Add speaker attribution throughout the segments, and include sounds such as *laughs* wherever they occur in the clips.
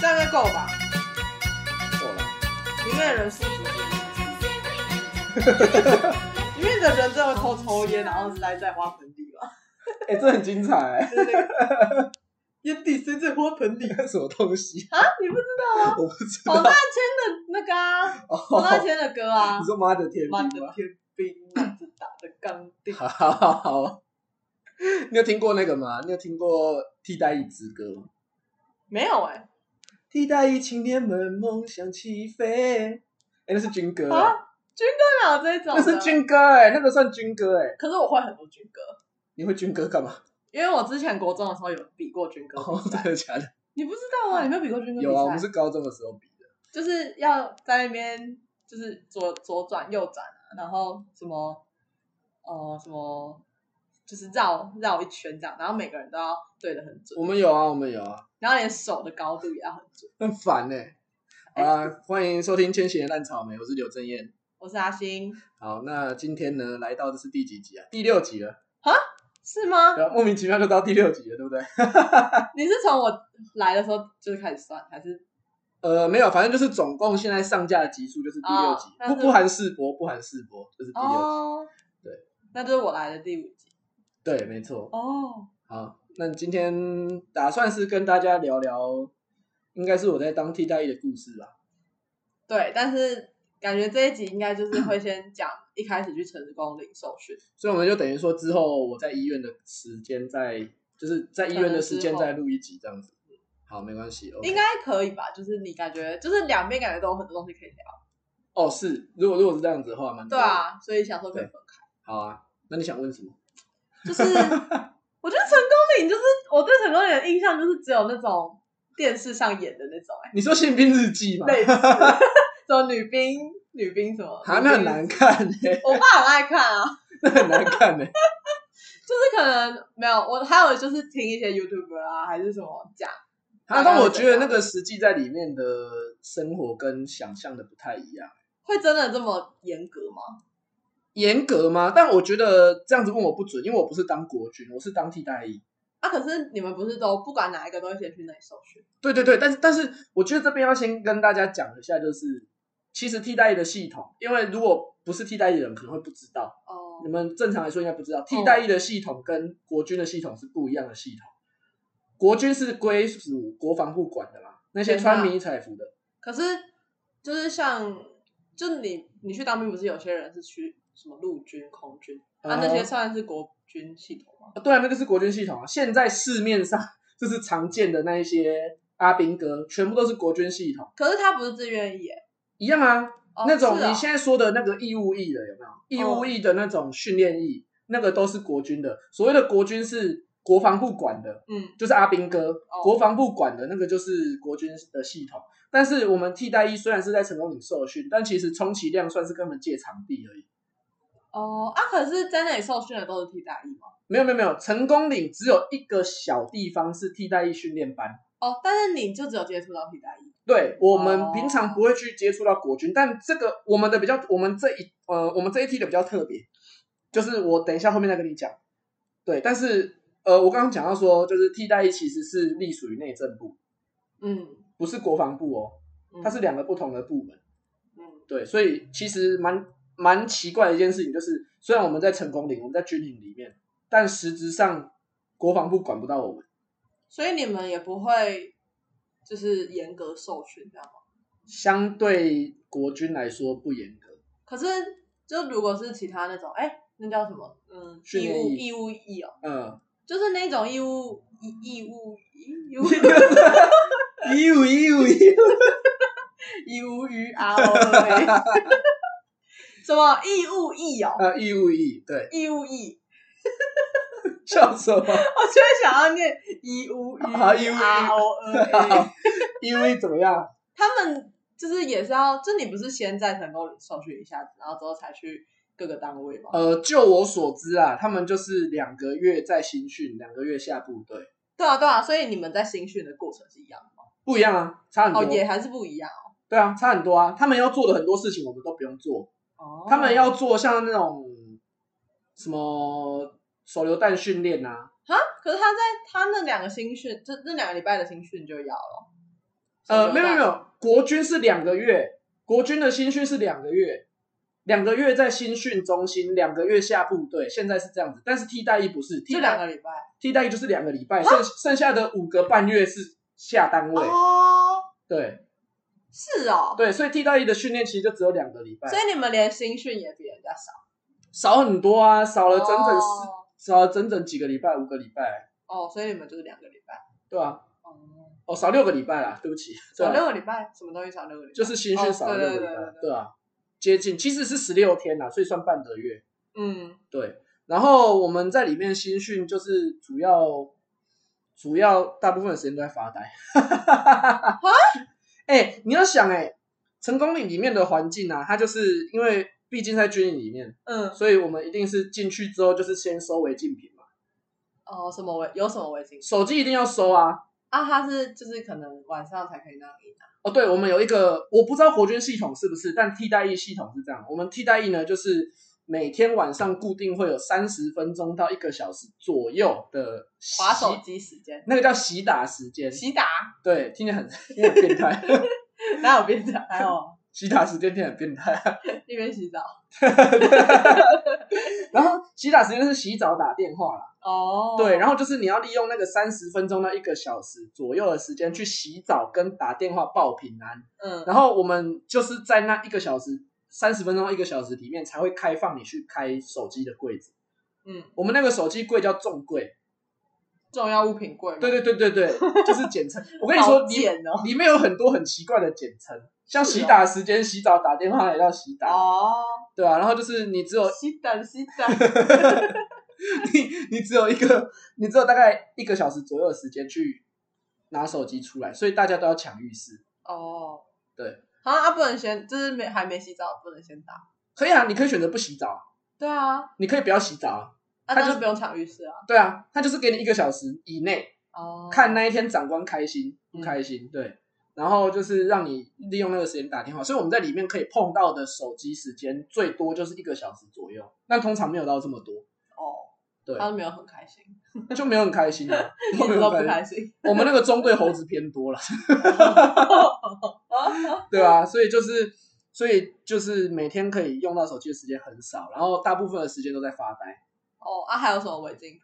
Speaker 1: 大概够吧，
Speaker 2: 够了，
Speaker 1: 里面的人素质。里面的人真的偷抽烟，然后塞在花盆里了，
Speaker 2: *laughs* 哎、这很精彩、欸，
Speaker 1: 就是那个烟蒂塞在花盆里
Speaker 2: 什么东西？
Speaker 1: *laughs* 啊！你不知道 *laughs* 啊？
Speaker 2: *laughs* 我不知
Speaker 1: 黄
Speaker 2: 道。
Speaker 1: 大千的那个 *laughs* 啊，黄大
Speaker 2: 哦，
Speaker 1: 千的歌啊
Speaker 2: 你，说妈的天
Speaker 1: *laughs* 满
Speaker 2: 地
Speaker 1: 的
Speaker 2: 吗？
Speaker 1: 天兵，男子打的钢钉。
Speaker 2: 好好好好，你有听过那个吗？你有听过替代役之歌吗？
Speaker 1: 没有哎、
Speaker 2: 替代役青年们梦想起飞，哎、那是军歌、
Speaker 1: 啊，军歌哪有这种？
Speaker 2: 那是。军歌哎、那个算军歌哎、
Speaker 1: 可是我会很多军歌，
Speaker 2: 你会军歌干嘛？
Speaker 1: 因为我之前国中的时候有比过军歌
Speaker 2: 哦，
Speaker 1: 比
Speaker 2: 真
Speaker 1: 赛。
Speaker 2: 的假的？
Speaker 1: 你不知道吗？你没有比过军歌比赛？
Speaker 2: 有啊，我们是高中的时候比的。
Speaker 1: 就是要在那边就是左左转右转啊、然后什么呃什么，就是绕绕一圈这样，然后每个人都要对的很准，
Speaker 2: 我们有啊，我们有啊，
Speaker 1: 然后连手的高度也要很准。
Speaker 2: 很烦哎、
Speaker 1: 哎
Speaker 2: 啊，欢迎收听《千禧的烂草莓》，我是刘正燕。
Speaker 1: 我是阿星，
Speaker 2: 好，那今天呢，来到这是第几集啊？第六集了，
Speaker 1: 是吗？
Speaker 2: 对啊啊莫名其妙就到第六集了，对不对？
Speaker 1: 你是从我来的时候就是开始算，还是
Speaker 2: 呃，没有，反正就是总共现在上架的集数就是第六集
Speaker 1: 哦，那
Speaker 2: 不
Speaker 1: 是
Speaker 2: 不含试播，不含试播，就是第六集。
Speaker 1: 哦？
Speaker 2: 对，
Speaker 1: 那就是我来的第五集
Speaker 2: 对，没错。
Speaker 1: 哦。
Speaker 2: 好，那今天打算是跟大家聊聊，应该是我在当替代役的故事吧。
Speaker 1: 对，但是感觉这一集应该就是会先讲一开始去成功领受训，
Speaker 2: 所以我们就等于说之后我在医院的时间在，就是在医院的时间再录一集这样子。好，没关系。
Speaker 1: 应
Speaker 2: OK
Speaker 1: 该可以吧？就是你感觉就是两边感觉都有很多东西可以聊。
Speaker 2: 哦，是，如果如果是这样子的话，蛮
Speaker 1: 对
Speaker 2: 多。
Speaker 1: 啊，所以想说可以分开。
Speaker 2: 好啊，那你想问什么？ *laughs*
Speaker 1: 就是我觉得成功岭，就是我对成功岭的印象就是只有那种电视上演的那种、欸，
Speaker 2: 你说宪兵日记吗？ *laughs*
Speaker 1: 类似什么女兵、女兵什么，
Speaker 2: 啊，那很难。看呢、
Speaker 1: 我爸很爱看啊，
Speaker 2: 那很难看呢、
Speaker 1: 就是可能没有我，还有就是听一些 YouTube 啊，还是什么讲，
Speaker 2: 啊，但我觉得那个实际在里面的生活跟想象的不太一样，
Speaker 1: 会真的这么严格吗？
Speaker 2: 严格吗？但我觉得这样子问我不准，因为我不是当国军，我是当替代役。
Speaker 1: 啊，可是你们不是都不管哪一个都会先去那里受训？
Speaker 2: 对对对，但是但是我觉得这边要先跟大家讲一下，就是其实替代役的系统，因为如果不是替代役的人可能会不知道，
Speaker 1: 哦
Speaker 2: 你们正常来说应该不知道，替代役的系统跟国军的系统是不一样的系统。国军是归属国防部管的嘛，那些穿迷彩服的，
Speaker 1: 可是就是像，就你你去当兵，不是有些人是去什么陆军、空军，啊，那些
Speaker 2: 哦
Speaker 1: 算是国军系统吗？
Speaker 2: 对啊，那个是国军系统啊。现在市面上就是常见的那一些阿兵哥，全部都是国军系统，
Speaker 1: 可是他不是自愿役耶，
Speaker 2: 一样啊。
Speaker 1: 哦
Speaker 2: 那种
Speaker 1: 是哦
Speaker 2: 你现在说的那个义务役的有没有？义务役的那种训练役，那个都是国军的。所谓的国军是国防部管的，
Speaker 1: 嗯
Speaker 2: 就是阿兵哥，国防部管的那个就是国军的系统。但是我们替代役虽然是在成功岭受训，但其实充其量算是跟我们借场地而已。
Speaker 1: 哦啊，可是在那里受训的都是替代役吗？
Speaker 2: 没有没有没有，成功岭只有一个小地方是替代役训练班，
Speaker 1: 哦，但是你就只有接触到替代役，
Speaker 2: 对我们
Speaker 1: 哦
Speaker 2: 平常不会去接触到国军，但这个我们的比较，我们这一呃，我们这一批的比较特别，就是我等一下后面再跟你讲。对，但是呃，我刚刚讲到说，就是替代役其实是隶属于内政部，
Speaker 1: 嗯，
Speaker 2: 不是国防部哦，
Speaker 1: 嗯
Speaker 2: 它是两个不同的部门。
Speaker 1: 嗯
Speaker 2: 对，所以其实蛮蛮奇怪的一件事情，就是虽然我们在成功岭，我们在军营里面，但实质上国防部管不到我们。
Speaker 1: 所以你们也不会就是严格受训这样吗？
Speaker 2: 相对国军来说不严格，
Speaker 1: 可是就如果是其他那种，哎，那叫什么？嗯，
Speaker 2: 训
Speaker 1: 义
Speaker 2: 练
Speaker 1: 务
Speaker 2: 役
Speaker 1: 义务役哦，
Speaker 2: 嗯，
Speaker 1: 就是那种义务义义务义务
Speaker 2: 义务义务义务。
Speaker 1: *laughs* 义务于啊，哦 *laughs* 什么义务役哦，
Speaker 2: 呃，义务役，对，
Speaker 1: 义务役。
Speaker 2: 笑什么？
Speaker 1: 我就会想要念义乌 *laughs* 哦语
Speaker 2: 啊义乌语
Speaker 1: O A，
Speaker 2: 义务役怎么样？
Speaker 1: *laughs* 他们就是也是要，就你不是先在成功里受训一下子，然后之后才去各个单位吗？
Speaker 2: 呃，就我所知啊，他们就是两个月在新训，两个月下部队，
Speaker 1: 对啊，对啊，所以你们在新训的过程是一样的吗？
Speaker 2: 不一样啊，差很多。
Speaker 1: 哦，也还是不一样
Speaker 2: 对啊，差很多啊。他们要做的很多事情，我们都不用做。
Speaker 1: 哦。
Speaker 2: 他们要做像那种什么手榴弹训练啊，
Speaker 1: 啊，可是他在他那两个新训，就那两个礼拜的新训就要了。
Speaker 2: 呃，
Speaker 1: 手
Speaker 2: 没
Speaker 1: 榴弹
Speaker 2: 有没有没有，国军是两个月，国军的新训是两个月，两个月在新训中心，两个月下部队，现在是这样子。但是替代役不是，替
Speaker 1: 就
Speaker 2: 代
Speaker 1: 两个礼拜
Speaker 2: 替代役就是两个礼拜，剩剩下的五个半月是下单位。
Speaker 1: 哦，
Speaker 2: 对
Speaker 1: 是哦，
Speaker 2: 对，所以替代役的训练其实就只有两个礼拜
Speaker 1: 所，以你们连新训也比人家少，
Speaker 2: 少很多啊，少了整整四，
Speaker 1: 哦
Speaker 2: 少了整整几个礼拜，五个礼拜，
Speaker 1: 哦，所以你们就是两个礼拜，
Speaker 2: 对吧、
Speaker 1: 哦，
Speaker 2: 哦，少六个礼拜啦，对不起，对
Speaker 1: 少
Speaker 2: 啊
Speaker 1: 六个礼拜，什么东西少六个礼拜？
Speaker 2: 就是新训
Speaker 1: 哦
Speaker 2: 少了
Speaker 1: 对
Speaker 2: 六个礼
Speaker 1: 对对
Speaker 2: 拜，
Speaker 1: 对
Speaker 2: 对啊，接近其实是十六天啦，所以算半个月。
Speaker 1: 嗯，
Speaker 2: 对，然后我们在里面新训就是主要主要大部分的时间都在发呆。 *laughs* 啊？哎、你要想哎、成功岭里面的环境啊，它就是因为毕竟在军营里面，
Speaker 1: 嗯，
Speaker 2: 所以我们一定是进去之后就是先收违禁品嘛，
Speaker 1: 哦，什么围有什么围巾
Speaker 2: 手机一定要收啊。
Speaker 1: 啊？它是就是可能晚上才可以那样赢啊。
Speaker 2: 哦，对，我们有一个我不知道国军系统是不是，但替代役系统是这样。我们替代役呢，就是每天晚上固定会有三十分钟到一个小时左右的
Speaker 1: 划
Speaker 2: 洗
Speaker 1: 手机时
Speaker 2: *laughs*
Speaker 1: 间，
Speaker 2: 那个叫洗打时间，
Speaker 1: 洗打，
Speaker 2: 对，听起来很听起来很变态， *laughs*
Speaker 1: 哪有变态？还有
Speaker 2: 洗打时间听起来很变态。
Speaker 1: 一边洗澡
Speaker 2: 然后洗打时间是洗澡打电话啦，
Speaker 1: 哦，
Speaker 2: 对，然后就是你要利用那个三十分钟到一个小时左右的时间去洗澡跟打电话报平安。
Speaker 1: 嗯，
Speaker 2: 然后我们就是在那一个小时三十分钟到一个小时里面才会开放你去开手机的柜子。
Speaker 1: 嗯，
Speaker 2: 我们那个手机柜叫重柜，
Speaker 1: 重要物品柜嘛，
Speaker 2: 对对对对对，就是简称。我跟你说，
Speaker 1: 好
Speaker 2: 里
Speaker 1: 贱
Speaker 2: *laughs*
Speaker 1: 哦
Speaker 2: 里面有很多很奇怪的简称，像
Speaker 1: 是
Speaker 2: 洗
Speaker 1: 哦
Speaker 2: 打时间、洗澡、打电话也叫洗打，
Speaker 1: 哦，
Speaker 2: 对啊，然后就是你只有 *laughs*
Speaker 1: 洗澡洗澡，
Speaker 2: 你你只有一个，你只有大概一个小时左右的时间去拿手机出来，所以大家都要抢浴室。
Speaker 1: 哦，
Speaker 2: 对，
Speaker 1: 好像啊，不能先，就是没还没洗澡，不能先打，
Speaker 2: 可以啊，你可以选择不洗澡，
Speaker 1: 对啊，
Speaker 2: 你可以不要洗澡啊。
Speaker 1: 那
Speaker 2: 他
Speaker 1: 当
Speaker 2: 就
Speaker 1: 然不用抢浴室啊，
Speaker 2: 对啊，他就是给你一个小时以内，
Speaker 1: 哦，
Speaker 2: 看那一天长官开心不
Speaker 1: 嗯
Speaker 2: 开心，对，然后就是让你利用那个时间打电话，所以我们在里面可以碰到的手机时间最多就是一个小时左右，但通常没有到这么多，
Speaker 1: 哦，
Speaker 2: 对，
Speaker 1: 他没有很开
Speaker 2: *laughs*
Speaker 1: 心，
Speaker 2: 就没有很开心啊，
Speaker 1: *laughs* 一
Speaker 2: 都
Speaker 1: 直
Speaker 2: 没有
Speaker 1: 都
Speaker 2: 很
Speaker 1: 不
Speaker 2: 开心。
Speaker 1: 开心，
Speaker 2: 我们那个中队猴子偏多了。
Speaker 1: 哦
Speaker 2: 对啊，所以就是，所以就是每天可以用到手机的时间很少，然后大部分的时间都在发呆。
Speaker 1: 哦啊，还有什么违禁品？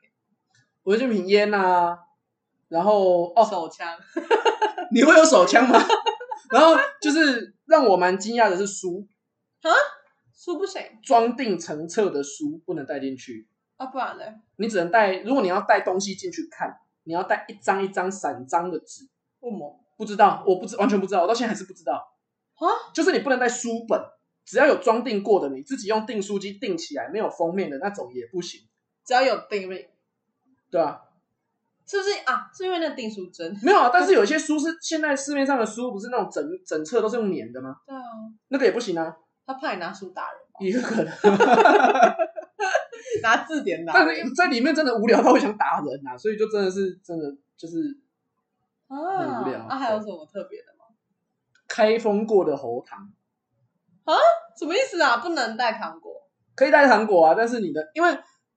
Speaker 2: 违禁品烟啊，然后哦，
Speaker 1: 手枪，
Speaker 2: 你会有手枪吗？ *laughs* 然后就是让我蛮惊讶的是书，
Speaker 1: 书不行
Speaker 2: 装订成册的书不能带进去，
Speaker 1: 啊，不然嘞，
Speaker 2: 你只能带，如果你要带东西进去看，你要带一张一张散张的纸。
Speaker 1: 不么？
Speaker 2: 不知道，我不知完全不知道，我到现在还是不知道。
Speaker 1: 啊，
Speaker 2: 就是你不能带书本，只要有装订过的，你自己用订书机订起来，没有封面的那种也不行。
Speaker 1: 只要有定位，
Speaker 2: 对啊，
Speaker 1: 是不是啊？是因为那订书针？
Speaker 2: 没有啊，但是有一些书是现在市面上的书，不是那种整整册都是用粘的吗？
Speaker 1: 对啊，
Speaker 2: 那个也不行啊，
Speaker 1: 他怕你拿书打人吧？
Speaker 2: 也有可能。
Speaker 1: 拿字典
Speaker 2: *laughs*
Speaker 1: 打
Speaker 2: 但
Speaker 1: 人
Speaker 2: 是在里面真的无聊到会想打人啊，所以就真的是真的就是
Speaker 1: 啊，
Speaker 2: 很无聊
Speaker 1: 那、还有什么特别的吗？
Speaker 2: 开封过的喉糖，
Speaker 1: 什么意思啊？不能带糖果？
Speaker 2: 可以带糖果啊，但是你的因为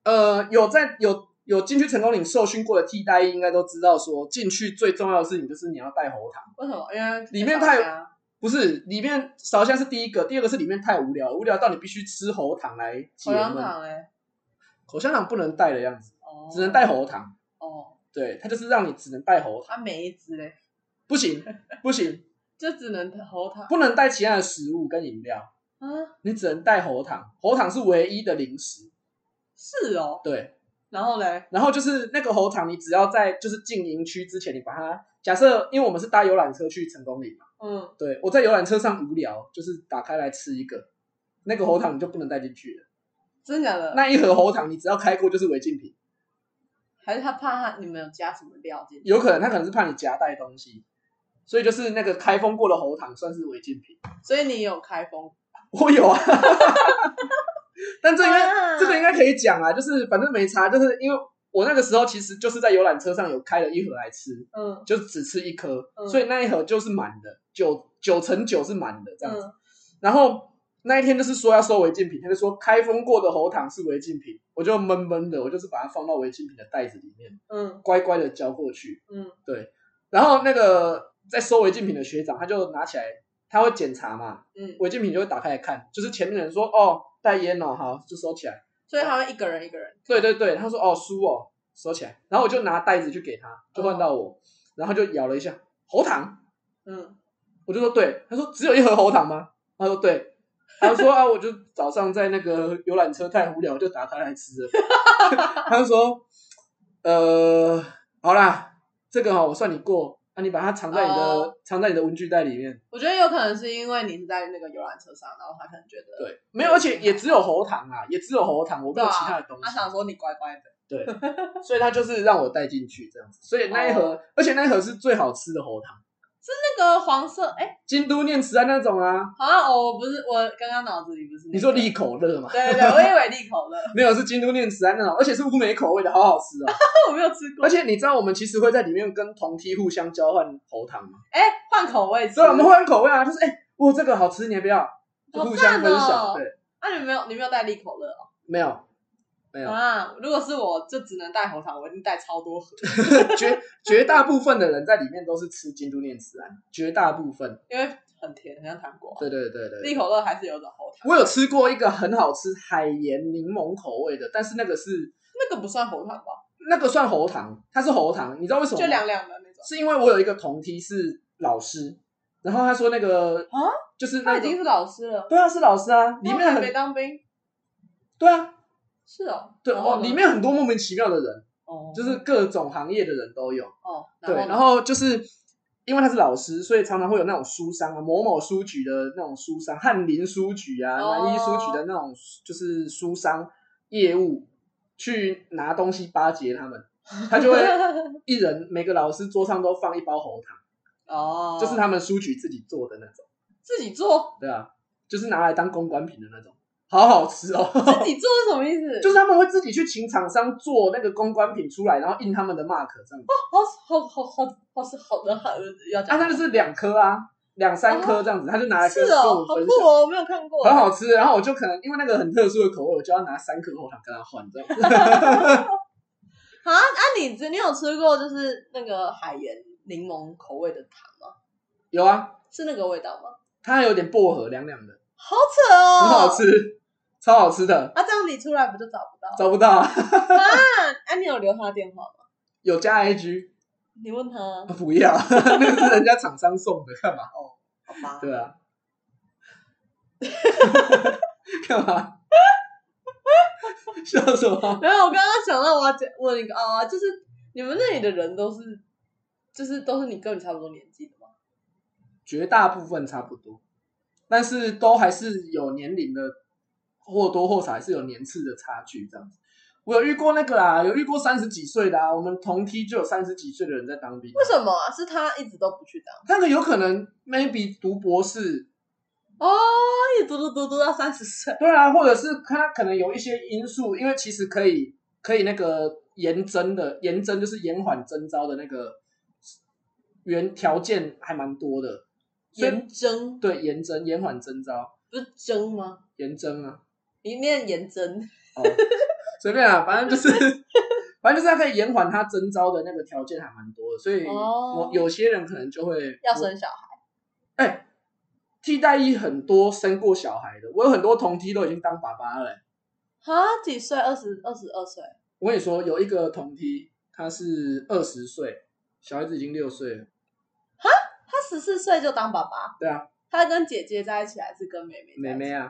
Speaker 2: 呃有在有有进去成功岭受训过的替代役应该都知道说，进去最重要的事情就是你要带喉糖，
Speaker 1: 为什么？因为
Speaker 2: 里面太
Speaker 1: 少虾
Speaker 2: 不是里面烧香是第一个，第二个是里面太无聊，无聊到你必须吃喉糖来解
Speaker 1: 口香
Speaker 2: 闷。
Speaker 1: 糖哎，
Speaker 2: 口香糖不能带的样子，
Speaker 1: 哦，
Speaker 2: 只能带喉糖。
Speaker 1: 哦，
Speaker 2: 对，它就是让你只能带喉糖，
Speaker 1: 啊，每一只嘞，
Speaker 2: 不行不行，
Speaker 1: 就只能喉糖
Speaker 2: 不能带其他的食物跟饮料，
Speaker 1: 啊？
Speaker 2: 你只能带喉糖，喉糖是唯一的零食。
Speaker 1: 是哦，
Speaker 2: 对，
Speaker 1: 然后嘞，
Speaker 2: 然后就是那个喉糖，你只要在就是进营区之前，你把它假设，因为我们是搭游览车去成功岭嘛，
Speaker 1: 嗯，
Speaker 2: 对我在游览车上无聊，就是打开来吃一个，那个喉糖你就不能带进去了。
Speaker 1: 真的假的？
Speaker 2: 那一盒喉糖你只要开过就是违禁品，
Speaker 1: 还是他怕他你们有加什么料进去？
Speaker 2: 有可能他可能是怕你夹带东西，所以就是那个开封过的喉糖算是违禁品。
Speaker 1: 所以你有开封
Speaker 2: 我有啊， *laughs* 但这应该、
Speaker 1: 啊
Speaker 2: 这个应该可以讲啊，就是反正没差，就是因为我那个时候其实就是在游览车上有开了一盒来吃，
Speaker 1: 嗯
Speaker 2: 就只吃一颗，
Speaker 1: 嗯
Speaker 2: 所以那一盒就是满的，九九乘九是满的这样子。
Speaker 1: 嗯，
Speaker 2: 然后那一天就是说要收违禁品，他就说开封过的喉糖是违禁品，我就闷闷的，我就是把它放到违禁品的袋子里面，
Speaker 1: 嗯
Speaker 2: 乖乖的交过去。
Speaker 1: 嗯，
Speaker 2: 对，然后那个在收违禁品的学长，他就拿起来，他会检查嘛，
Speaker 1: 嗯，
Speaker 2: 违禁品就会打开来看，就是前面的人说哦带烟哦，好就收起来。
Speaker 1: 所以他会一个人一个人，
Speaker 2: 对对对，他说哦书哦收起来，然后我就拿袋子去给他，就换到我，
Speaker 1: 哦
Speaker 2: 然后他就咬了一下喉糖，
Speaker 1: 嗯，
Speaker 2: 我就说对，他说只有一盒喉糖吗？他说对，他说啊我就早上在那个游览车太无聊，就打开来吃了。 *laughs* 他就说呃好啦，这个哈、我算你过，那、你把它藏在你的、
Speaker 1: 哦
Speaker 2: 藏在你的文具袋里面。
Speaker 1: 我觉得有可能是因为你是在那个游览车上，然后他可能觉得，
Speaker 2: 对，没有，而且也只有喉糖啊，也只有喉糖，我没
Speaker 1: 对
Speaker 2: 有
Speaker 1: 啊，
Speaker 2: 其他的东西。
Speaker 1: 他想说你乖乖的，
Speaker 2: 对，所以他就是让我带进去这样子。所以那一
Speaker 1: 哦
Speaker 2: 盒，而且那一盒是最好吃的喉糖，
Speaker 1: 那个黄色，哎、
Speaker 2: 京都念慈庵那种啊。
Speaker 1: 好像哦我不是，我刚刚脑子里不是、那个
Speaker 2: 你说利口乐吗？ *laughs*
Speaker 1: 对对对，我以为利口乐，
Speaker 2: 没有，是京都念慈庵那种，而且是乌梅口味的，好好吃哦。
Speaker 1: 但 *laughs* 我没有吃过
Speaker 2: 而。且你知道我们其实会在里面跟同梯互相交换喉糖吗？
Speaker 1: 哎、换口味吃，
Speaker 2: 所以我们换口味啊，就是哎，我这个好吃，你要不要？就
Speaker 1: 好
Speaker 2: 互相分
Speaker 1: 赞
Speaker 2: 享。
Speaker 1: 哦
Speaker 2: 对，
Speaker 1: 啊，你没有，你没有带利口乐哦。
Speaker 2: 没有，没有，
Speaker 1: 啊，如果是我，就只能带红糖，我一定带超多盒，
Speaker 2: 绝绝大部分的人在里面都是吃京都念慈庵，绝大部分。
Speaker 1: 因为很甜，很像糖果。
Speaker 2: 对对对对。
Speaker 1: 利口乐还是有种喉糖，
Speaker 2: 我有吃过一个很好吃海盐柠檬口味的，但是那个是
Speaker 1: 那个不算喉糖吧？
Speaker 2: 那个算喉糖，它是喉糖，你知道为什么吗？
Speaker 1: 就凉凉的那种。
Speaker 2: 是因为我有一个同梯是老师，然后他说那个
Speaker 1: 啊，
Speaker 2: 就是那
Speaker 1: 他
Speaker 2: 个
Speaker 1: 已经是老师了，
Speaker 2: 对啊是老师啊，里
Speaker 1: 他
Speaker 2: 面
Speaker 1: 还没
Speaker 2: 很
Speaker 1: 当兵，
Speaker 2: 对啊
Speaker 1: 是哦。
Speaker 2: 对
Speaker 1: 然后
Speaker 2: 哦，
Speaker 1: 呢
Speaker 2: 里面很多莫名其妙的人，
Speaker 1: 哦，
Speaker 2: 就是各种行业的人都有。
Speaker 1: 哦，
Speaker 2: 对，
Speaker 1: 然
Speaker 2: 然
Speaker 1: 后呢
Speaker 2: 后就是因为他是老师，所以常常会有那种书商啊，某某书局的那种书商，翰林书局啊、
Speaker 1: 哦
Speaker 2: 南一书局的那种，就是书商业务去拿东西巴结
Speaker 1: *laughs*
Speaker 2: 他们，他就会一人每个老师桌上都放一包喉糖，
Speaker 1: 哦，
Speaker 2: 就是他们书局自己做的那种，
Speaker 1: 自己做，
Speaker 2: 对啊，就是拿来当公关品的那种，好好吃哦。
Speaker 1: 自己做是什么意思？
Speaker 2: 就是他们会自己去请厂商做那个公关品出来，然后印他们的 mark 这样子。
Speaker 1: 好好好好好是好的好要讲
Speaker 2: 啊，那就是两颗啊，两三颗这样子，他就拿来
Speaker 1: 是
Speaker 2: 跟跟我
Speaker 1: 哦，好
Speaker 2: 们分
Speaker 1: 酷
Speaker 2: 享，
Speaker 1: 哦，我没有看过，
Speaker 2: 很好吃。然后我就可能因为那个很特殊的口味，我就要拿三颗后糖跟他换，这样子。
Speaker 1: 啊啊！你你有吃过就是那个海盐柠檬口味的糖吗？
Speaker 2: 有啊，
Speaker 1: 是那个味道吗？
Speaker 2: 它有点薄荷，凉凉的，
Speaker 1: 好扯哦，
Speaker 2: 很好。吃，超好吃的，
Speaker 1: 啊，这样你出来不就找不到？
Speaker 2: 找不到啊， *laughs*
Speaker 1: 啊，啊，你有留他电话吗？
Speaker 2: 有加 IG
Speaker 1: 你问他，
Speaker 2: 啊不要， *laughs* 那个是人家厂商送的，干嘛？
Speaker 1: 哦好吧？
Speaker 2: 对
Speaker 1: *laughs*
Speaker 2: 啊， *laughs* 干嘛？ *laughs* 笑什么？
Speaker 1: *laughs* 没有，我刚刚想到我要讲问一个啊，就是你们那里的人都是，就是都是你跟你差不多年纪的吗？
Speaker 2: 绝大部分差不多，但是都还是有年龄的，或多或少还是有年次的差距这样子。我有遇过那个啦，有遇过三十几岁的啊，我们同梯就有三十几岁的人在当兵。
Speaker 1: 为什么啊？是他一直都不去当
Speaker 2: 那个有可能 maybe 读博士，
Speaker 1: 哦，一直读读读读到三十岁，
Speaker 2: 对啊，或者是他可能有一些因素，因为其实可以可以那个延征的延征就是延缓征招的那个原条件还蛮多的，所以
Speaker 1: 严征
Speaker 2: 对延征延缓征招
Speaker 1: 不是征吗？
Speaker 2: 延征啊，
Speaker 1: 你念严征
Speaker 2: 哦，随便啊，反正就是， *laughs* 反正就是他可以延缓他征招的那个条件还蛮多的，所以
Speaker 1: 哦
Speaker 2: 我有些人可能就会
Speaker 1: 要生小孩，
Speaker 2: 哎、替代役很多生过小孩的，我有很多同梯都已经当爸爸了、欸
Speaker 1: 啊，几岁？二十二十二岁。
Speaker 2: 我跟你说，有一个同梯，他是二十岁，小孩子已经六岁了，
Speaker 1: 他十四岁就当爸爸，
Speaker 2: 对啊，
Speaker 1: 他跟姐姐在一起还是跟妹妹在
Speaker 2: 妹
Speaker 1: 一起？
Speaker 2: 妹啊，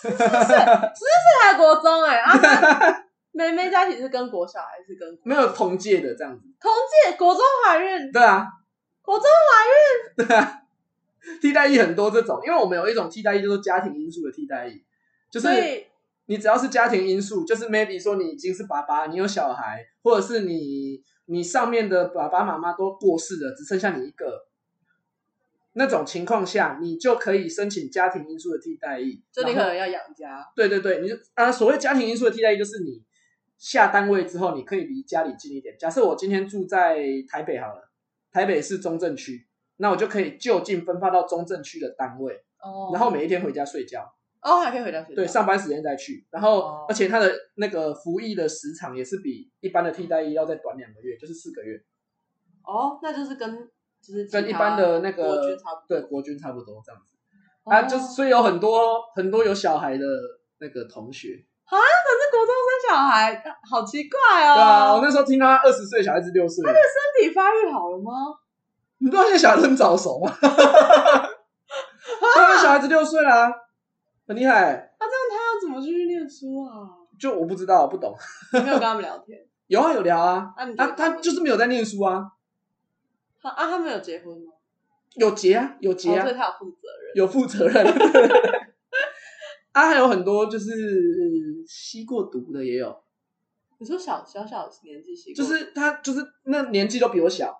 Speaker 1: 十四岁，十四岁还国中哎、啊，那妹妹在一起是跟国小还是跟国
Speaker 2: 没有同届的这样子，
Speaker 1: 同届？国中怀孕，
Speaker 2: 对啊，
Speaker 1: 国中
Speaker 2: *laughs* 替代役很多这种，因为我们有一种替代役就是家庭因素的替代役，就是
Speaker 1: 所以
Speaker 2: 你只要是家庭因素，就是 maybe 说你已经是爸爸，你有小孩，或者是你你上面的爸爸妈妈都过世了，只剩下你一个，那种情况下，你就可以申请家庭因素的替代役。
Speaker 1: 就你可
Speaker 2: 然后
Speaker 1: 能要养家
Speaker 2: 对对对，你就啊，所谓家庭因素的替代役，就是你下单位之后，你可以离家里近一点。假设我今天住在台北好了，台北市中正区，那我就可以就近分发到中正区的单位，
Speaker 1: 哦，
Speaker 2: 然后每一天回家睡觉。
Speaker 1: 哦还可以回到学校，
Speaker 2: 对，上班时间再去，然后、
Speaker 1: 哦
Speaker 2: 而且他的那个服役的时长也是比一般的替代役要再短两个月，就是四个月。
Speaker 1: 哦，那就是跟就是其
Speaker 2: 跟一
Speaker 1: 他
Speaker 2: 般的那个
Speaker 1: 国军差不多。哦
Speaker 2: 对国军差不多这样子。啊，就是所以有很多很多有小孩的那个同学，
Speaker 1: 可是国中生小孩好奇怪哦，
Speaker 2: 对啊，我那时候听到他二十岁小孩子六岁，
Speaker 1: 身体发育好了吗？
Speaker 2: 你不知道现在小孩子很早
Speaker 1: *laughs*
Speaker 2: 熟吗？他们小孩子六岁啦、很厉害。
Speaker 1: 啊那、这样他要怎么继续念书啊？
Speaker 2: 就我不知道，我不懂。
Speaker 1: 你没有跟他们聊天，
Speaker 2: 有啊，有聊啊。
Speaker 1: 那、你觉
Speaker 2: 他
Speaker 1: 得
Speaker 2: 他就是没有在念书啊，
Speaker 1: 他啊，他们有结婚吗？
Speaker 2: 有结啊，有结
Speaker 1: 哦
Speaker 2: 啊
Speaker 1: 所以，他有负责任。
Speaker 2: 有负责任。 *laughs* 啊，还有很多就是呃吸过毒的也有，
Speaker 1: 你说小小小年纪习
Speaker 2: 就
Speaker 1: 惯，
Speaker 2: 是他就是那年纪都比我小，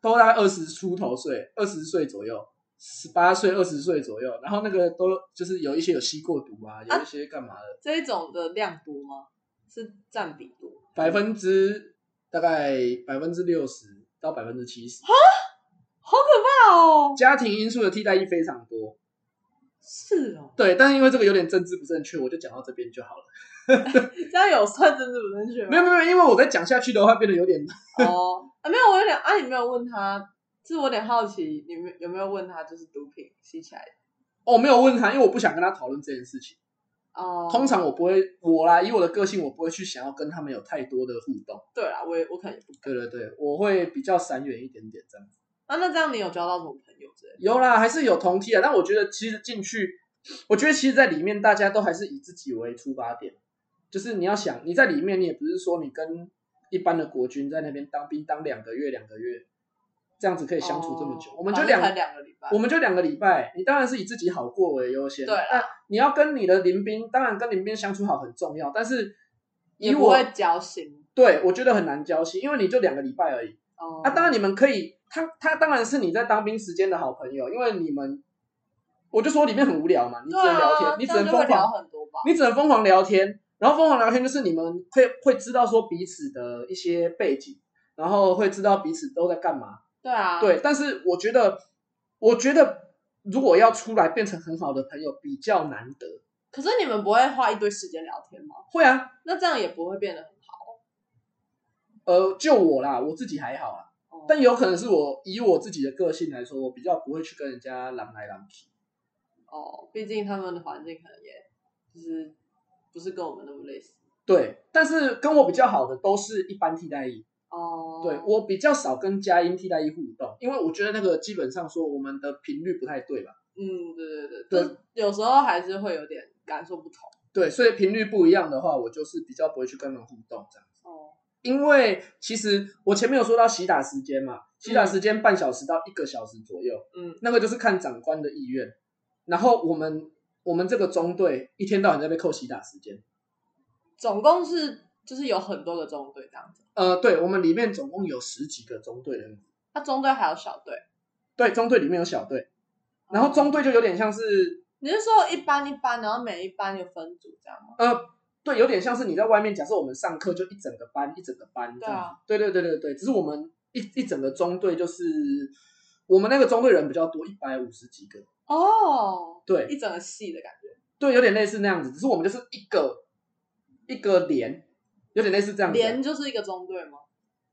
Speaker 2: 都大概二十出头岁，二十岁左右，十八岁、二十岁左右。然后那个都就是有一些有吸过毒啊，有一些干嘛的。
Speaker 1: 这一种的量多吗？是占比多？
Speaker 2: 百分之大概百分之六十到百分之七十，
Speaker 1: 好可怕哦！
Speaker 2: 家庭因素的替代役非常多。
Speaker 1: 是哦，
Speaker 2: 对，但是因为这个有点政治不正确，我就讲到这边就好了。
Speaker 1: 这样有算政治不正确
Speaker 2: 没有
Speaker 1: 吗？
Speaker 2: 没有，没有因为我再讲下去的话，变得有点
Speaker 1: 哦，啊，没有，我有点啊，你没有问他，是我有点好奇，你们有没有问他，就是毒品吸起来的
Speaker 2: 哦，没有问他，因为我不想跟他讨论这件事情。
Speaker 1: 哦，
Speaker 2: 通常我不会，我啦，以我的个性，我不会去想要跟他们有太多的互动。
Speaker 1: 对啦，我也我可能也不敢。啊
Speaker 2: 对对对，我会比较闪远一点点这样子。
Speaker 1: 那那这样你有交到什么朋友之类的？
Speaker 2: 有啦，还是有同梯啊，但我觉得其实进去，我觉得其实，在里面大家都还是以自己为出发点，就是你要想你在里面，你也不是说你跟一般的国军在那边当兵当两个月两个月，这样子可以相处这么久，
Speaker 1: 哦
Speaker 2: 我们就
Speaker 1: 反正
Speaker 2: 两
Speaker 1: 才两个礼拜，
Speaker 2: 我们就两个礼拜，你当然是以自己好过为优先。
Speaker 1: 对啦
Speaker 2: 那你要跟你的林兵，当然跟林兵相处好很重要，但是以
Speaker 1: 也不
Speaker 2: 我
Speaker 1: 会交心
Speaker 2: 对我觉得很难交心，因为你就两个礼拜而已。
Speaker 1: 哦。
Speaker 2: 啊，当然你们可以，他他当然是你在当兵时间的好朋友，因为你们，我就说里面很无聊嘛，你只
Speaker 1: 对
Speaker 2: 能
Speaker 1: 啊，
Speaker 2: 聊天，你只
Speaker 1: 这
Speaker 2: 能
Speaker 1: 样就
Speaker 2: 疯
Speaker 1: 会聊
Speaker 2: 狂，
Speaker 1: 很多吧。
Speaker 2: 你只能疯狂聊天，然后疯狂聊天就是你们会会知道说彼此的一些背景，然后会知道彼此都在干嘛，
Speaker 1: 对啊，
Speaker 2: 对，但是我觉得，我觉得如果要出来变成很好的朋友，比较难得。
Speaker 1: 可是你们不会花一堆时间聊天吗？
Speaker 2: 会啊，
Speaker 1: 那这样也不会变得很好。
Speaker 2: 呃，就我啦，我自己还好啦，
Speaker 1: 哦
Speaker 2: 但有可能是我以我自己的个性来说，我比较不会去跟人家狼来狼去。
Speaker 1: 哦，毕竟他们的环境可能也就是不是跟我们那么类似
Speaker 2: 对，但是跟我比较好的都是一般替代役，
Speaker 1: 哦。
Speaker 2: 对我比较少跟佳音替代役互动，因为我觉得那个基本上说我们的频率不太对吧？
Speaker 1: 嗯，对对对，
Speaker 2: 对
Speaker 1: 就是有时候还是会有点感受不同
Speaker 2: 对，所以频率不一样的话，我就是比较不会去跟人互动这样。
Speaker 1: 哦。
Speaker 2: 因为其实我前面有说到洗打时间嘛，洗打时间半小时到一个小时左右，
Speaker 1: 嗯，
Speaker 2: 那个就是看长官的意愿。然后我们我们这个中队一天到晚在被扣洗打时间，
Speaker 1: 总共是就是有很多个中队这样子，
Speaker 2: 呃，对我们里面总共有十几个中队的人，
Speaker 1: 那啊中队还有小队。
Speaker 2: 对，中队里面有小队，然后中队就有点像是
Speaker 1: 你是说一班一班，然后每一班有分组这样吗？
Speaker 2: 呃。对，有点像是你在外面，假设我们上课就一整个班一整个班这
Speaker 1: 对啊
Speaker 2: 样子，对对对对对，只是我们一一整个中队就是我们那个中队人比较多，一百五十几个，
Speaker 1: 哦，
Speaker 2: 对，
Speaker 1: 一整个系的感觉。
Speaker 2: 对，有点类似那样子，只是我们就是一个一个连，有点类似这样子。
Speaker 1: 连就是一个中队吗？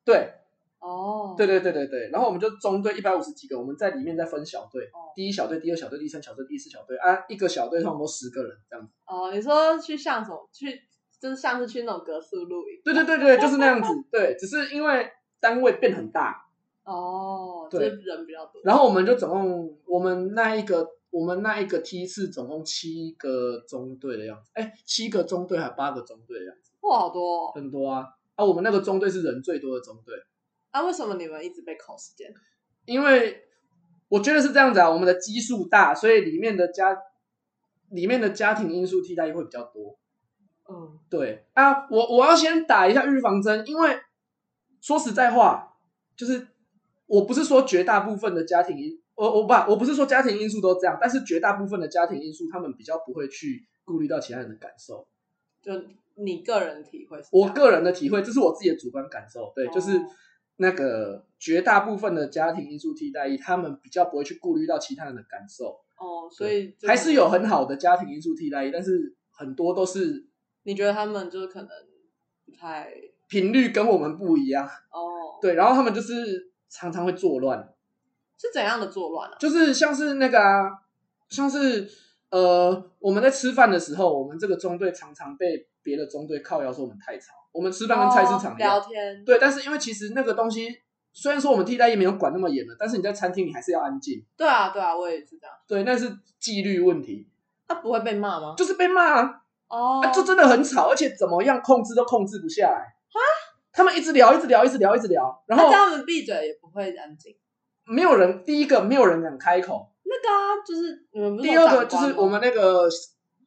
Speaker 2: 对
Speaker 1: 哦，
Speaker 2: 对对对对对，然后我们就中队一百五十几个，我们在里面再分小队，
Speaker 1: 哦
Speaker 2: 第一小队、第二小队、第三小队、第四小队啊，一个小队通常都十个人这样子。
Speaker 1: 哦，你说去像什么去，就是像是去那种格数露营。
Speaker 2: 对对对对，就是那样子。对，只是因为单位变很大，
Speaker 1: 哦，
Speaker 2: 对
Speaker 1: 就是人比较多。
Speaker 2: 然后我们就总共我们那一个我们那一个梯次总共七个中队的样子，哎，七个中队还八个中队的样子，
Speaker 1: 哇，好多、哦！
Speaker 2: 很多啊。啊，我们那个中队是人最多的中队。
Speaker 1: 那、啊为什么你们一直被扣时间？
Speaker 2: 因为我觉得是这样子啊，我们的基数大，所以里面的家里面的家庭因素替代会比较多。
Speaker 1: 嗯，
Speaker 2: 对啊，我我要先打一下预防针，因为说实在话，就是我不是说绝大部分的家庭因，我我不我不是说家庭因素都这样，但是绝大部分的家庭因素，他们比较不会去顾虑到其他人的感受。
Speaker 1: 就你个人体会是这
Speaker 2: 我
Speaker 1: 样？
Speaker 2: 个人的体会，这是我自己的主观感受，对，
Speaker 1: 哦
Speaker 2: 就是那个绝大部分的家庭因素替代役，他们比较不会去顾虑到其他人的感受。
Speaker 1: 哦，所以就
Speaker 2: 还是有很好的家庭因素替代役，但是很多都是
Speaker 1: 你觉得他们就是可能不太
Speaker 2: 频率跟我们不一样。
Speaker 1: 哦，
Speaker 2: 对，然后他们就是常常会作乱，
Speaker 1: 是怎样的作乱啊？
Speaker 2: 就是像是那个啊，像是呃，我们在吃饭的时候，我们这个中队常常被别的中队靠腰说我们太吵，我们吃饭跟菜市场
Speaker 1: 哦
Speaker 2: 一样。
Speaker 1: 聊天，
Speaker 2: 对，但是因为其实那个东西，虽然说我们替代役没有管那么严了，但是你在餐厅你还是要安静。
Speaker 1: 对啊，对啊，我也是这样。
Speaker 2: 对，那是纪律问题，
Speaker 1: 他不会被骂吗？
Speaker 2: 就是被骂啊，
Speaker 1: 哦，
Speaker 2: 啊，就真的很吵，而且怎么样控制都控制不下来他们一直聊，一直聊，一直聊，一直聊，然
Speaker 1: 那
Speaker 2: 后
Speaker 1: 这样他们闭嘴也不会安静。
Speaker 2: 没有人，第一个没有人敢开口，
Speaker 1: 那个啊，就是你们不是
Speaker 2: 第
Speaker 1: 有
Speaker 2: 二个
Speaker 1: 长
Speaker 2: 就
Speaker 1: 官
Speaker 2: 是
Speaker 1: 吗
Speaker 2: 我们那个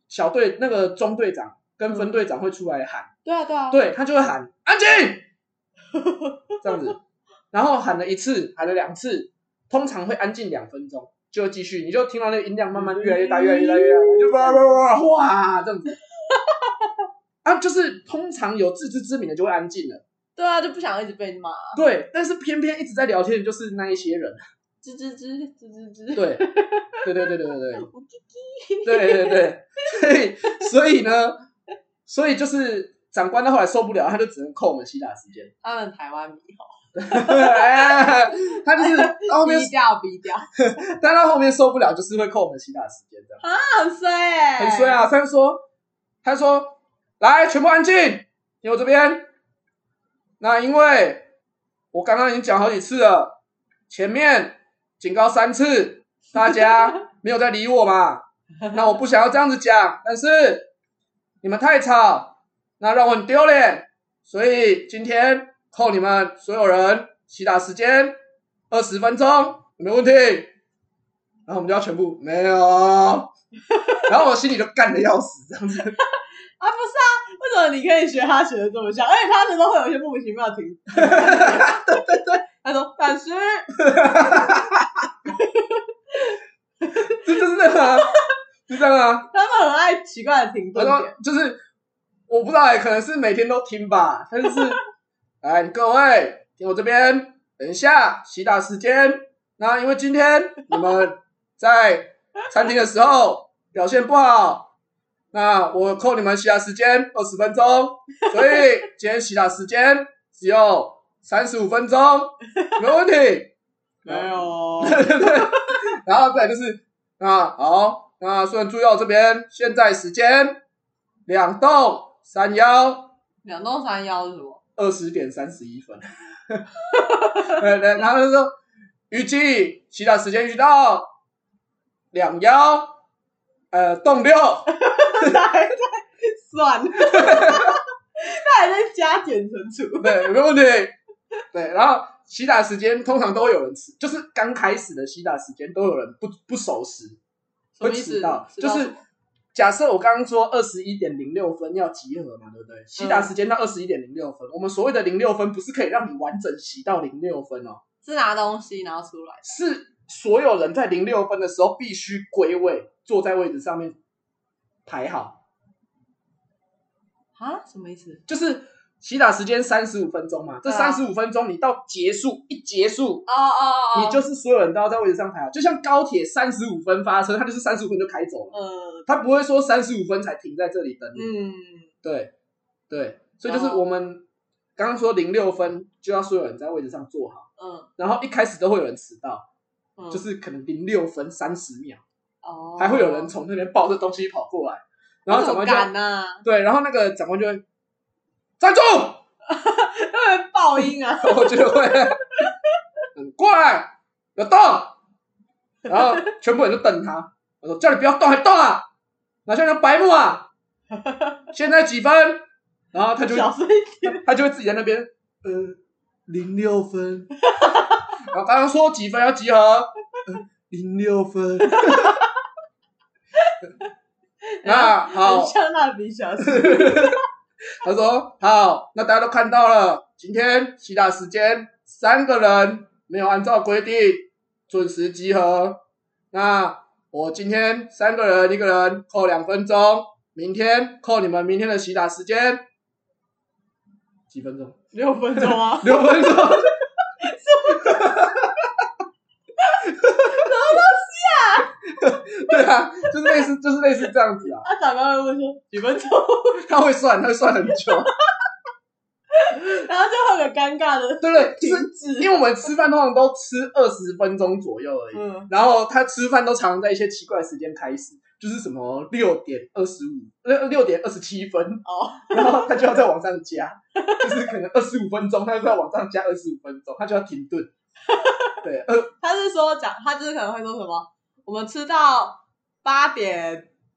Speaker 2: 小队那个中队长跟分队长会出来喊，
Speaker 1: 对啊对啊，
Speaker 2: 对他就会喊安静，这样子，然后喊了一次，喊了两次，通常会安静两分钟，就继续，你就听到那个音量慢慢越来越大，越来越大，越来越大，就哇哇哇哇这样子。啊，就是通常有自知之明的就会安静了，
Speaker 1: 对啊，就不想一直被骂，
Speaker 2: 对。但是偏偏一直在聊天的就是那一些人，
Speaker 1: 吱吱吱吱吱吱，
Speaker 2: 对，对对对对对对。
Speaker 1: 我叽叽，
Speaker 2: 对对对，所以所以呢，所以就是长官到后来受不了，他就只能扣我们西打时间。 *laughs*
Speaker 1: 他们台湾迷吼，
Speaker 2: 哎他就是到后面，
Speaker 1: 低调低调，
Speaker 2: 但到后面受不了，就是会扣我们西打时间这样，
Speaker 1: 他很衰哎，
Speaker 2: 很衰啊。他就说，他就说，来，全部安静，听我这边。那因为我刚刚已经讲好几次了，前面警告三次，大家没有在理我嘛。那我不想要这样子讲，但是你们太吵，那让我很丢脸，所以今天扣你们所有人起打时间二十分钟，有没有问题？然后我们就要全部没有，然后我心里就干的要死，这样子。
Speaker 1: 啊，不是啊，为什么你可以学他学的这么像？而且他们都会有一些莫名其妙的
Speaker 2: *laughs*
Speaker 1: 停。对对对，他说反师，
Speaker 2: 这就是这样啊，就这样啊。
Speaker 1: 他们很爱奇怪的停
Speaker 2: 我
Speaker 1: 顿
Speaker 2: 说
Speaker 1: 点。
Speaker 2: 就是我不知道哎、可能是每天都听吧，但是哎，各位听我这边，等一下洗打时间。那因为今天你们在餐厅的时候表现不好，那我扣你们洗打时间二十分钟，所以今天洗打时间只有三十五分钟，没问题。
Speaker 1: 没有，
Speaker 2: 嗯然后再来就是啊，好，那顺注意到这边，现在时间两栋三幺
Speaker 1: *laughs* 两栋三幺是什么？
Speaker 2: 二十点三十一分， *laughs* 对对，然后就说预计其他时间预到两幺呃栋六，
Speaker 1: *laughs* 他还在算，他还在加减乘除。
Speaker 2: 对，有没有问题？对，然后洗打时间通常都会有人迟，就是刚开始的洗打时间都有人不不守时，
Speaker 1: 什
Speaker 2: 会
Speaker 1: 么意思
Speaker 2: 迟到，
Speaker 1: 迟
Speaker 2: 就
Speaker 1: 到
Speaker 2: 是
Speaker 1: 什么
Speaker 2: 假设我刚刚说二十一点零六分要集合嘛，对不对？洗
Speaker 1: 嗯
Speaker 2: 打时间到二十一点零六分，我们所谓的零六分不是可以让你完整洗到零六分哦，
Speaker 1: 是拿东西然后出来，
Speaker 2: 是所有人在零六分的时候必须归位，坐在位置上面排好，
Speaker 1: 啊？什么意思？
Speaker 2: 就是洗打时间三十五分钟嘛，这
Speaker 1: 对啊
Speaker 2: 三十五分钟你到结束一结束。
Speaker 1: 哦哦哦，哦
Speaker 2: 你就是所有人都要在位置上排好，就像高铁三十五分发车，它就是三十五分就开走了，
Speaker 1: 呃
Speaker 2: 它不会说三十五分才停在这里等你。
Speaker 1: 嗯，
Speaker 2: 对对，所以
Speaker 1: 然
Speaker 2: 就是
Speaker 1: 后
Speaker 2: 我们刚刚说零六分就要所有人在位置上坐好，
Speaker 1: 嗯
Speaker 2: 然后一开始都会有人迟到，
Speaker 1: 嗯，
Speaker 2: 就是可能零六分三十秒，
Speaker 1: 哦，
Speaker 2: 还会有人从那边抱着东西跑过来，然后长官
Speaker 1: 那怎么敢
Speaker 2: 就
Speaker 1: 呐？
Speaker 2: 对，然后那个长官就会站住， *laughs*
Speaker 1: 会不会爆音啊？
Speaker 2: 我觉得会，嗯过来，不要动，然后全部人就瞪他，我说叫你不要动还动啊，哪像你白目
Speaker 1: *laughs*
Speaker 2: 啊，现在几分？然后他就
Speaker 1: 小声一点，
Speaker 2: *laughs* 他就会自己在那边，呃，零六分， *laughs* 然后刚刚说几分要集合，呃零、六分， *laughs* 那好
Speaker 1: 很，像蜡笔小新。
Speaker 2: 他说好，那大家都看到了，今天洗打时间，三个人没有按照规定准时集合，那我今天三个人一个人扣两分钟，明天扣你们明天的洗打时间，几分钟？，
Speaker 1: 六分钟啊
Speaker 2: *laughs* 六分钟。对啊，就是类似，就是类似这样子啊。
Speaker 1: 他长官会问说几分钟， *laughs*
Speaker 2: 他会算，他会算很久。
Speaker 1: 然后就会上有尴尬的
Speaker 2: 对不对？就
Speaker 1: 停
Speaker 2: 是
Speaker 1: 止，
Speaker 2: 因为我们吃饭通常都吃二十分钟左右而已，
Speaker 1: 嗯，
Speaker 2: 然后他吃饭都常常在一些奇怪的时间开始，就是什么六点二十五、六六点二十七分，
Speaker 1: 哦，
Speaker 2: 然后他就要再往上加，就是可能二十五分钟，他就要往上加二十五分钟，他就要停顿。对，呃，
Speaker 1: 他是说讲，他就是可能会说什么，我们吃到八点，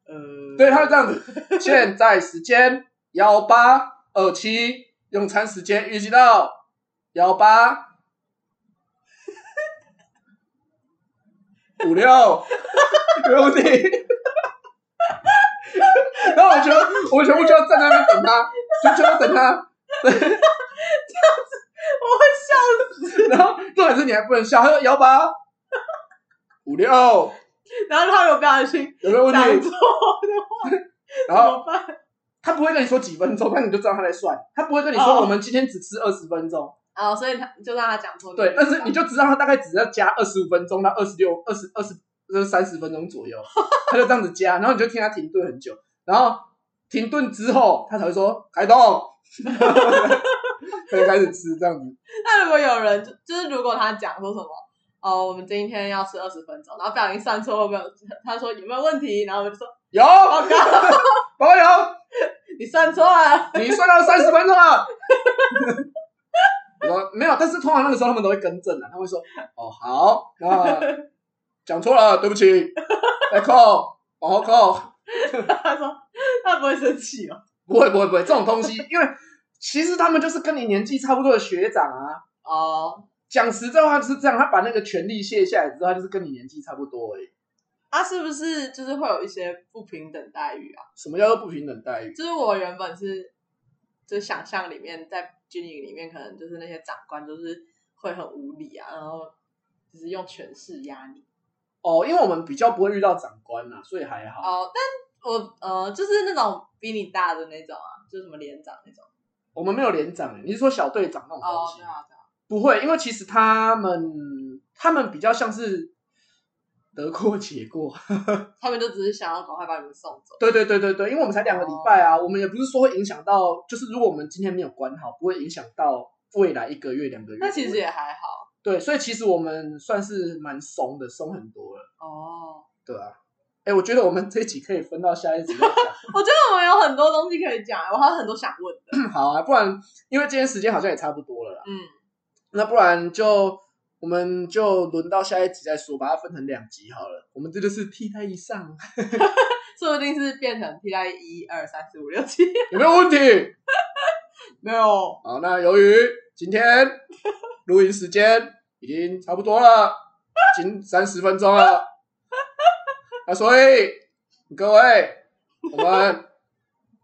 Speaker 1: 呃，
Speaker 2: 对，他会这样子。现在时间幺八二七，用餐时间预计到幺八五六六点。然后我觉得，我全部就要站在那边等他，就就要等他。
Speaker 1: 我会笑死，
Speaker 2: 然后重点是你还不能笑，他说幺八五六
Speaker 1: 然后他有不小心
Speaker 2: 有没有问
Speaker 1: 讲
Speaker 2: 题
Speaker 1: 错？的
Speaker 2: 然
Speaker 1: 话
Speaker 2: 后
Speaker 1: 怎么办？
Speaker 2: 他不会跟你说几分钟，但你就知道他在算。他不会跟你说
Speaker 1: 哦
Speaker 2: 我们今天只吃二十分钟，
Speaker 1: 哦，所以他就让他讲错，
Speaker 2: 对，但是你就知道他大概只要加二十五分钟到二十六、二十二十就是三十分钟左右，他就这样子加，然后你就听他停顿很久，然后停顿之后他才会说开动，才开始吃这样子。
Speaker 1: 那如果有人就就是如果他讲说什么哦，我们今天要吃二十分钟，然后不小心算错，会不会有他说有没有问题？然后我就说
Speaker 2: 有，
Speaker 1: 报告，
Speaker 2: 保有，
Speaker 1: 你算错了。 *laughs*
Speaker 2: 你算到三十分钟了。 *laughs* 我说没有，但是通常那个时候他们都会更正的、他会说哦好，那讲错了，对不起，再扣，往后扣。
Speaker 1: 他说他不会生气哦。
Speaker 2: 不会不会不会，这种东西，因为其实他们就是跟你年纪差不多的学长啊。
Speaker 1: 哦，
Speaker 2: 讲实在话就是这样，他把那个权力卸下来之后，他就是跟你年纪差不多而已。
Speaker 1: 他、啊是不是就是会有一些不平等待遇啊？
Speaker 2: 什么叫做不平等待遇？
Speaker 1: 就是我原本是就想象里面在军营里面，可能就是那些长官就是会很无理啊，然后就是用权势压你。
Speaker 2: 哦，因为我们比较不会遇到长官呐、所以还好。
Speaker 1: 哦，但我呃就是那种比你大的那种啊，就是什么连长那种。
Speaker 2: 我们没有连长，欸你是说小队长那种东
Speaker 1: 哦，
Speaker 2: 西？
Speaker 1: 对啊，对啊。
Speaker 2: 不会，因为其实他们他们比较像是得过且过。
Speaker 1: 他们就只是想要赶快把你们送走。
Speaker 2: 对对对对对，因为我们才两个礼拜啊，我们也不是说会影响到，就是如果我们今天没有管好，不会影响到未来一个月两个月。
Speaker 1: 那其实也还好
Speaker 2: 对，所以其实我们算是蛮松的，松很多了，
Speaker 1: 哦。
Speaker 2: 对啊。哎，我觉得我们这一集可以分到下一集再讲。 *laughs*
Speaker 1: 我觉得我们有很多东西可以讲，啊我还有很多想问的。 *coughs*
Speaker 2: 好啊，不然因为今天时间好像也差不多了啦，
Speaker 1: 嗯，
Speaker 2: 那不然就我们就轮到下一集再说，把它分成两集好了。我们这就是替代以上， *laughs*
Speaker 1: 说不定是变成替代一二三四五六七。 *laughs*
Speaker 2: 有没有问题？
Speaker 1: 没有，
Speaker 2: 好，那由于今天录音时间已经差不多了，已经三十分钟了，那所以各位，我们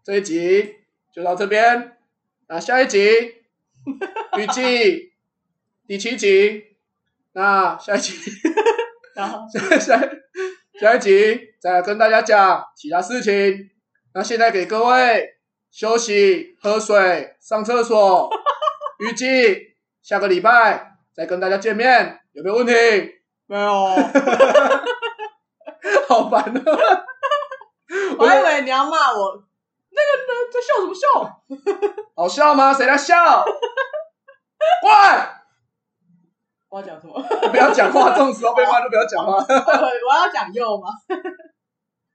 Speaker 2: 这一集就到这边，那下一集预计第七集，那下一集
Speaker 1: 然
Speaker 2: *laughs*
Speaker 1: 后
Speaker 2: 下下下一集再来跟大家讲其他事情。那现在给各位休息、喝水、上厕所。预计下个礼拜再跟大家见面，有没有问题？ *laughs*
Speaker 1: 没有，
Speaker 2: 好烦哦！
Speaker 1: *laughs* 我还以为你要骂我。那个人在笑什么笑？
Speaker 2: 好笑吗？谁在笑？过来！
Speaker 1: *laughs* 我要讲什么？ *laughs*
Speaker 2: 不要讲话，这种时候被骂就不要讲话。 *laughs*
Speaker 1: 我要讲又吗？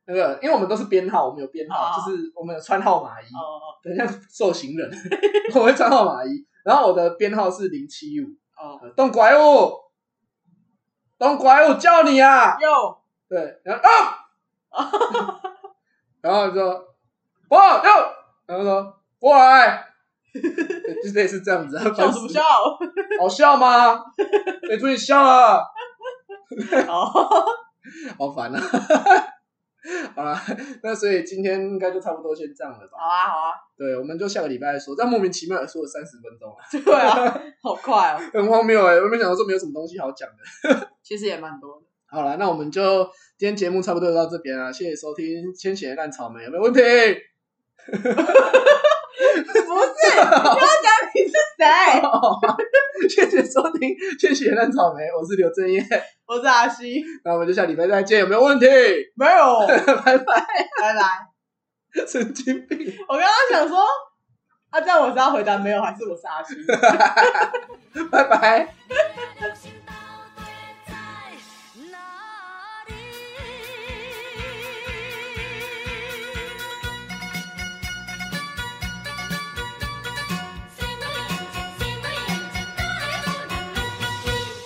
Speaker 2: 那个，因为我们都是编号，我们有编号，
Speaker 1: 哦
Speaker 2: 就是我们有穿号码衣。
Speaker 1: 哦
Speaker 2: 等一下，受刑人， *laughs* 我会穿号码衣。然后我的编号是零七五，
Speaker 1: 哦，
Speaker 2: 呃动拐物，动拐物叫你啊！
Speaker 1: 又
Speaker 2: 对，然后啊， *laughs* 然后就说哇哟，然后说过来，对就类似这样子啊，
Speaker 1: 笑
Speaker 2: 烦
Speaker 1: 什么
Speaker 2: 死
Speaker 1: 笑
Speaker 2: 了，？好笑吗？谁注意笑啊？
Speaker 1: *laughs* 哦，
Speaker 2: 好烦啊！ *laughs* 好啦，那所以今天应该就差不多先这样了吧？
Speaker 1: 好啊，好啊，
Speaker 2: 对，我们就下个礼拜再说，这样莫名其妙也说了三十分钟啊，
Speaker 1: 对 *laughs* 啊，好快哦，
Speaker 2: 很荒谬哎、我没想到这没有什么东西好讲的。
Speaker 1: 其实也蛮多的。
Speaker 2: 好啦，那我们就今天节目差不多就到这边啦，谢谢收听《千禧的烂草莓》，有没有问题？
Speaker 1: *laughs*
Speaker 2: *laughs*
Speaker 1: 不是，你要讲你是谁？
Speaker 2: 谢谢收听《千禧的烂草莓》，我是刘正业，
Speaker 1: *laughs* 我是阿西，
Speaker 2: 那我们就下礼拜再见，有没有问题？ *laughs*
Speaker 1: 没有， *laughs*
Speaker 2: 拜拜，
Speaker 1: 拜拜。
Speaker 2: 神经病。
Speaker 1: 我刚刚想说，啊，这样我是要回答没有，还是我是阿星？
Speaker 2: 拜拜。
Speaker 3: 流星大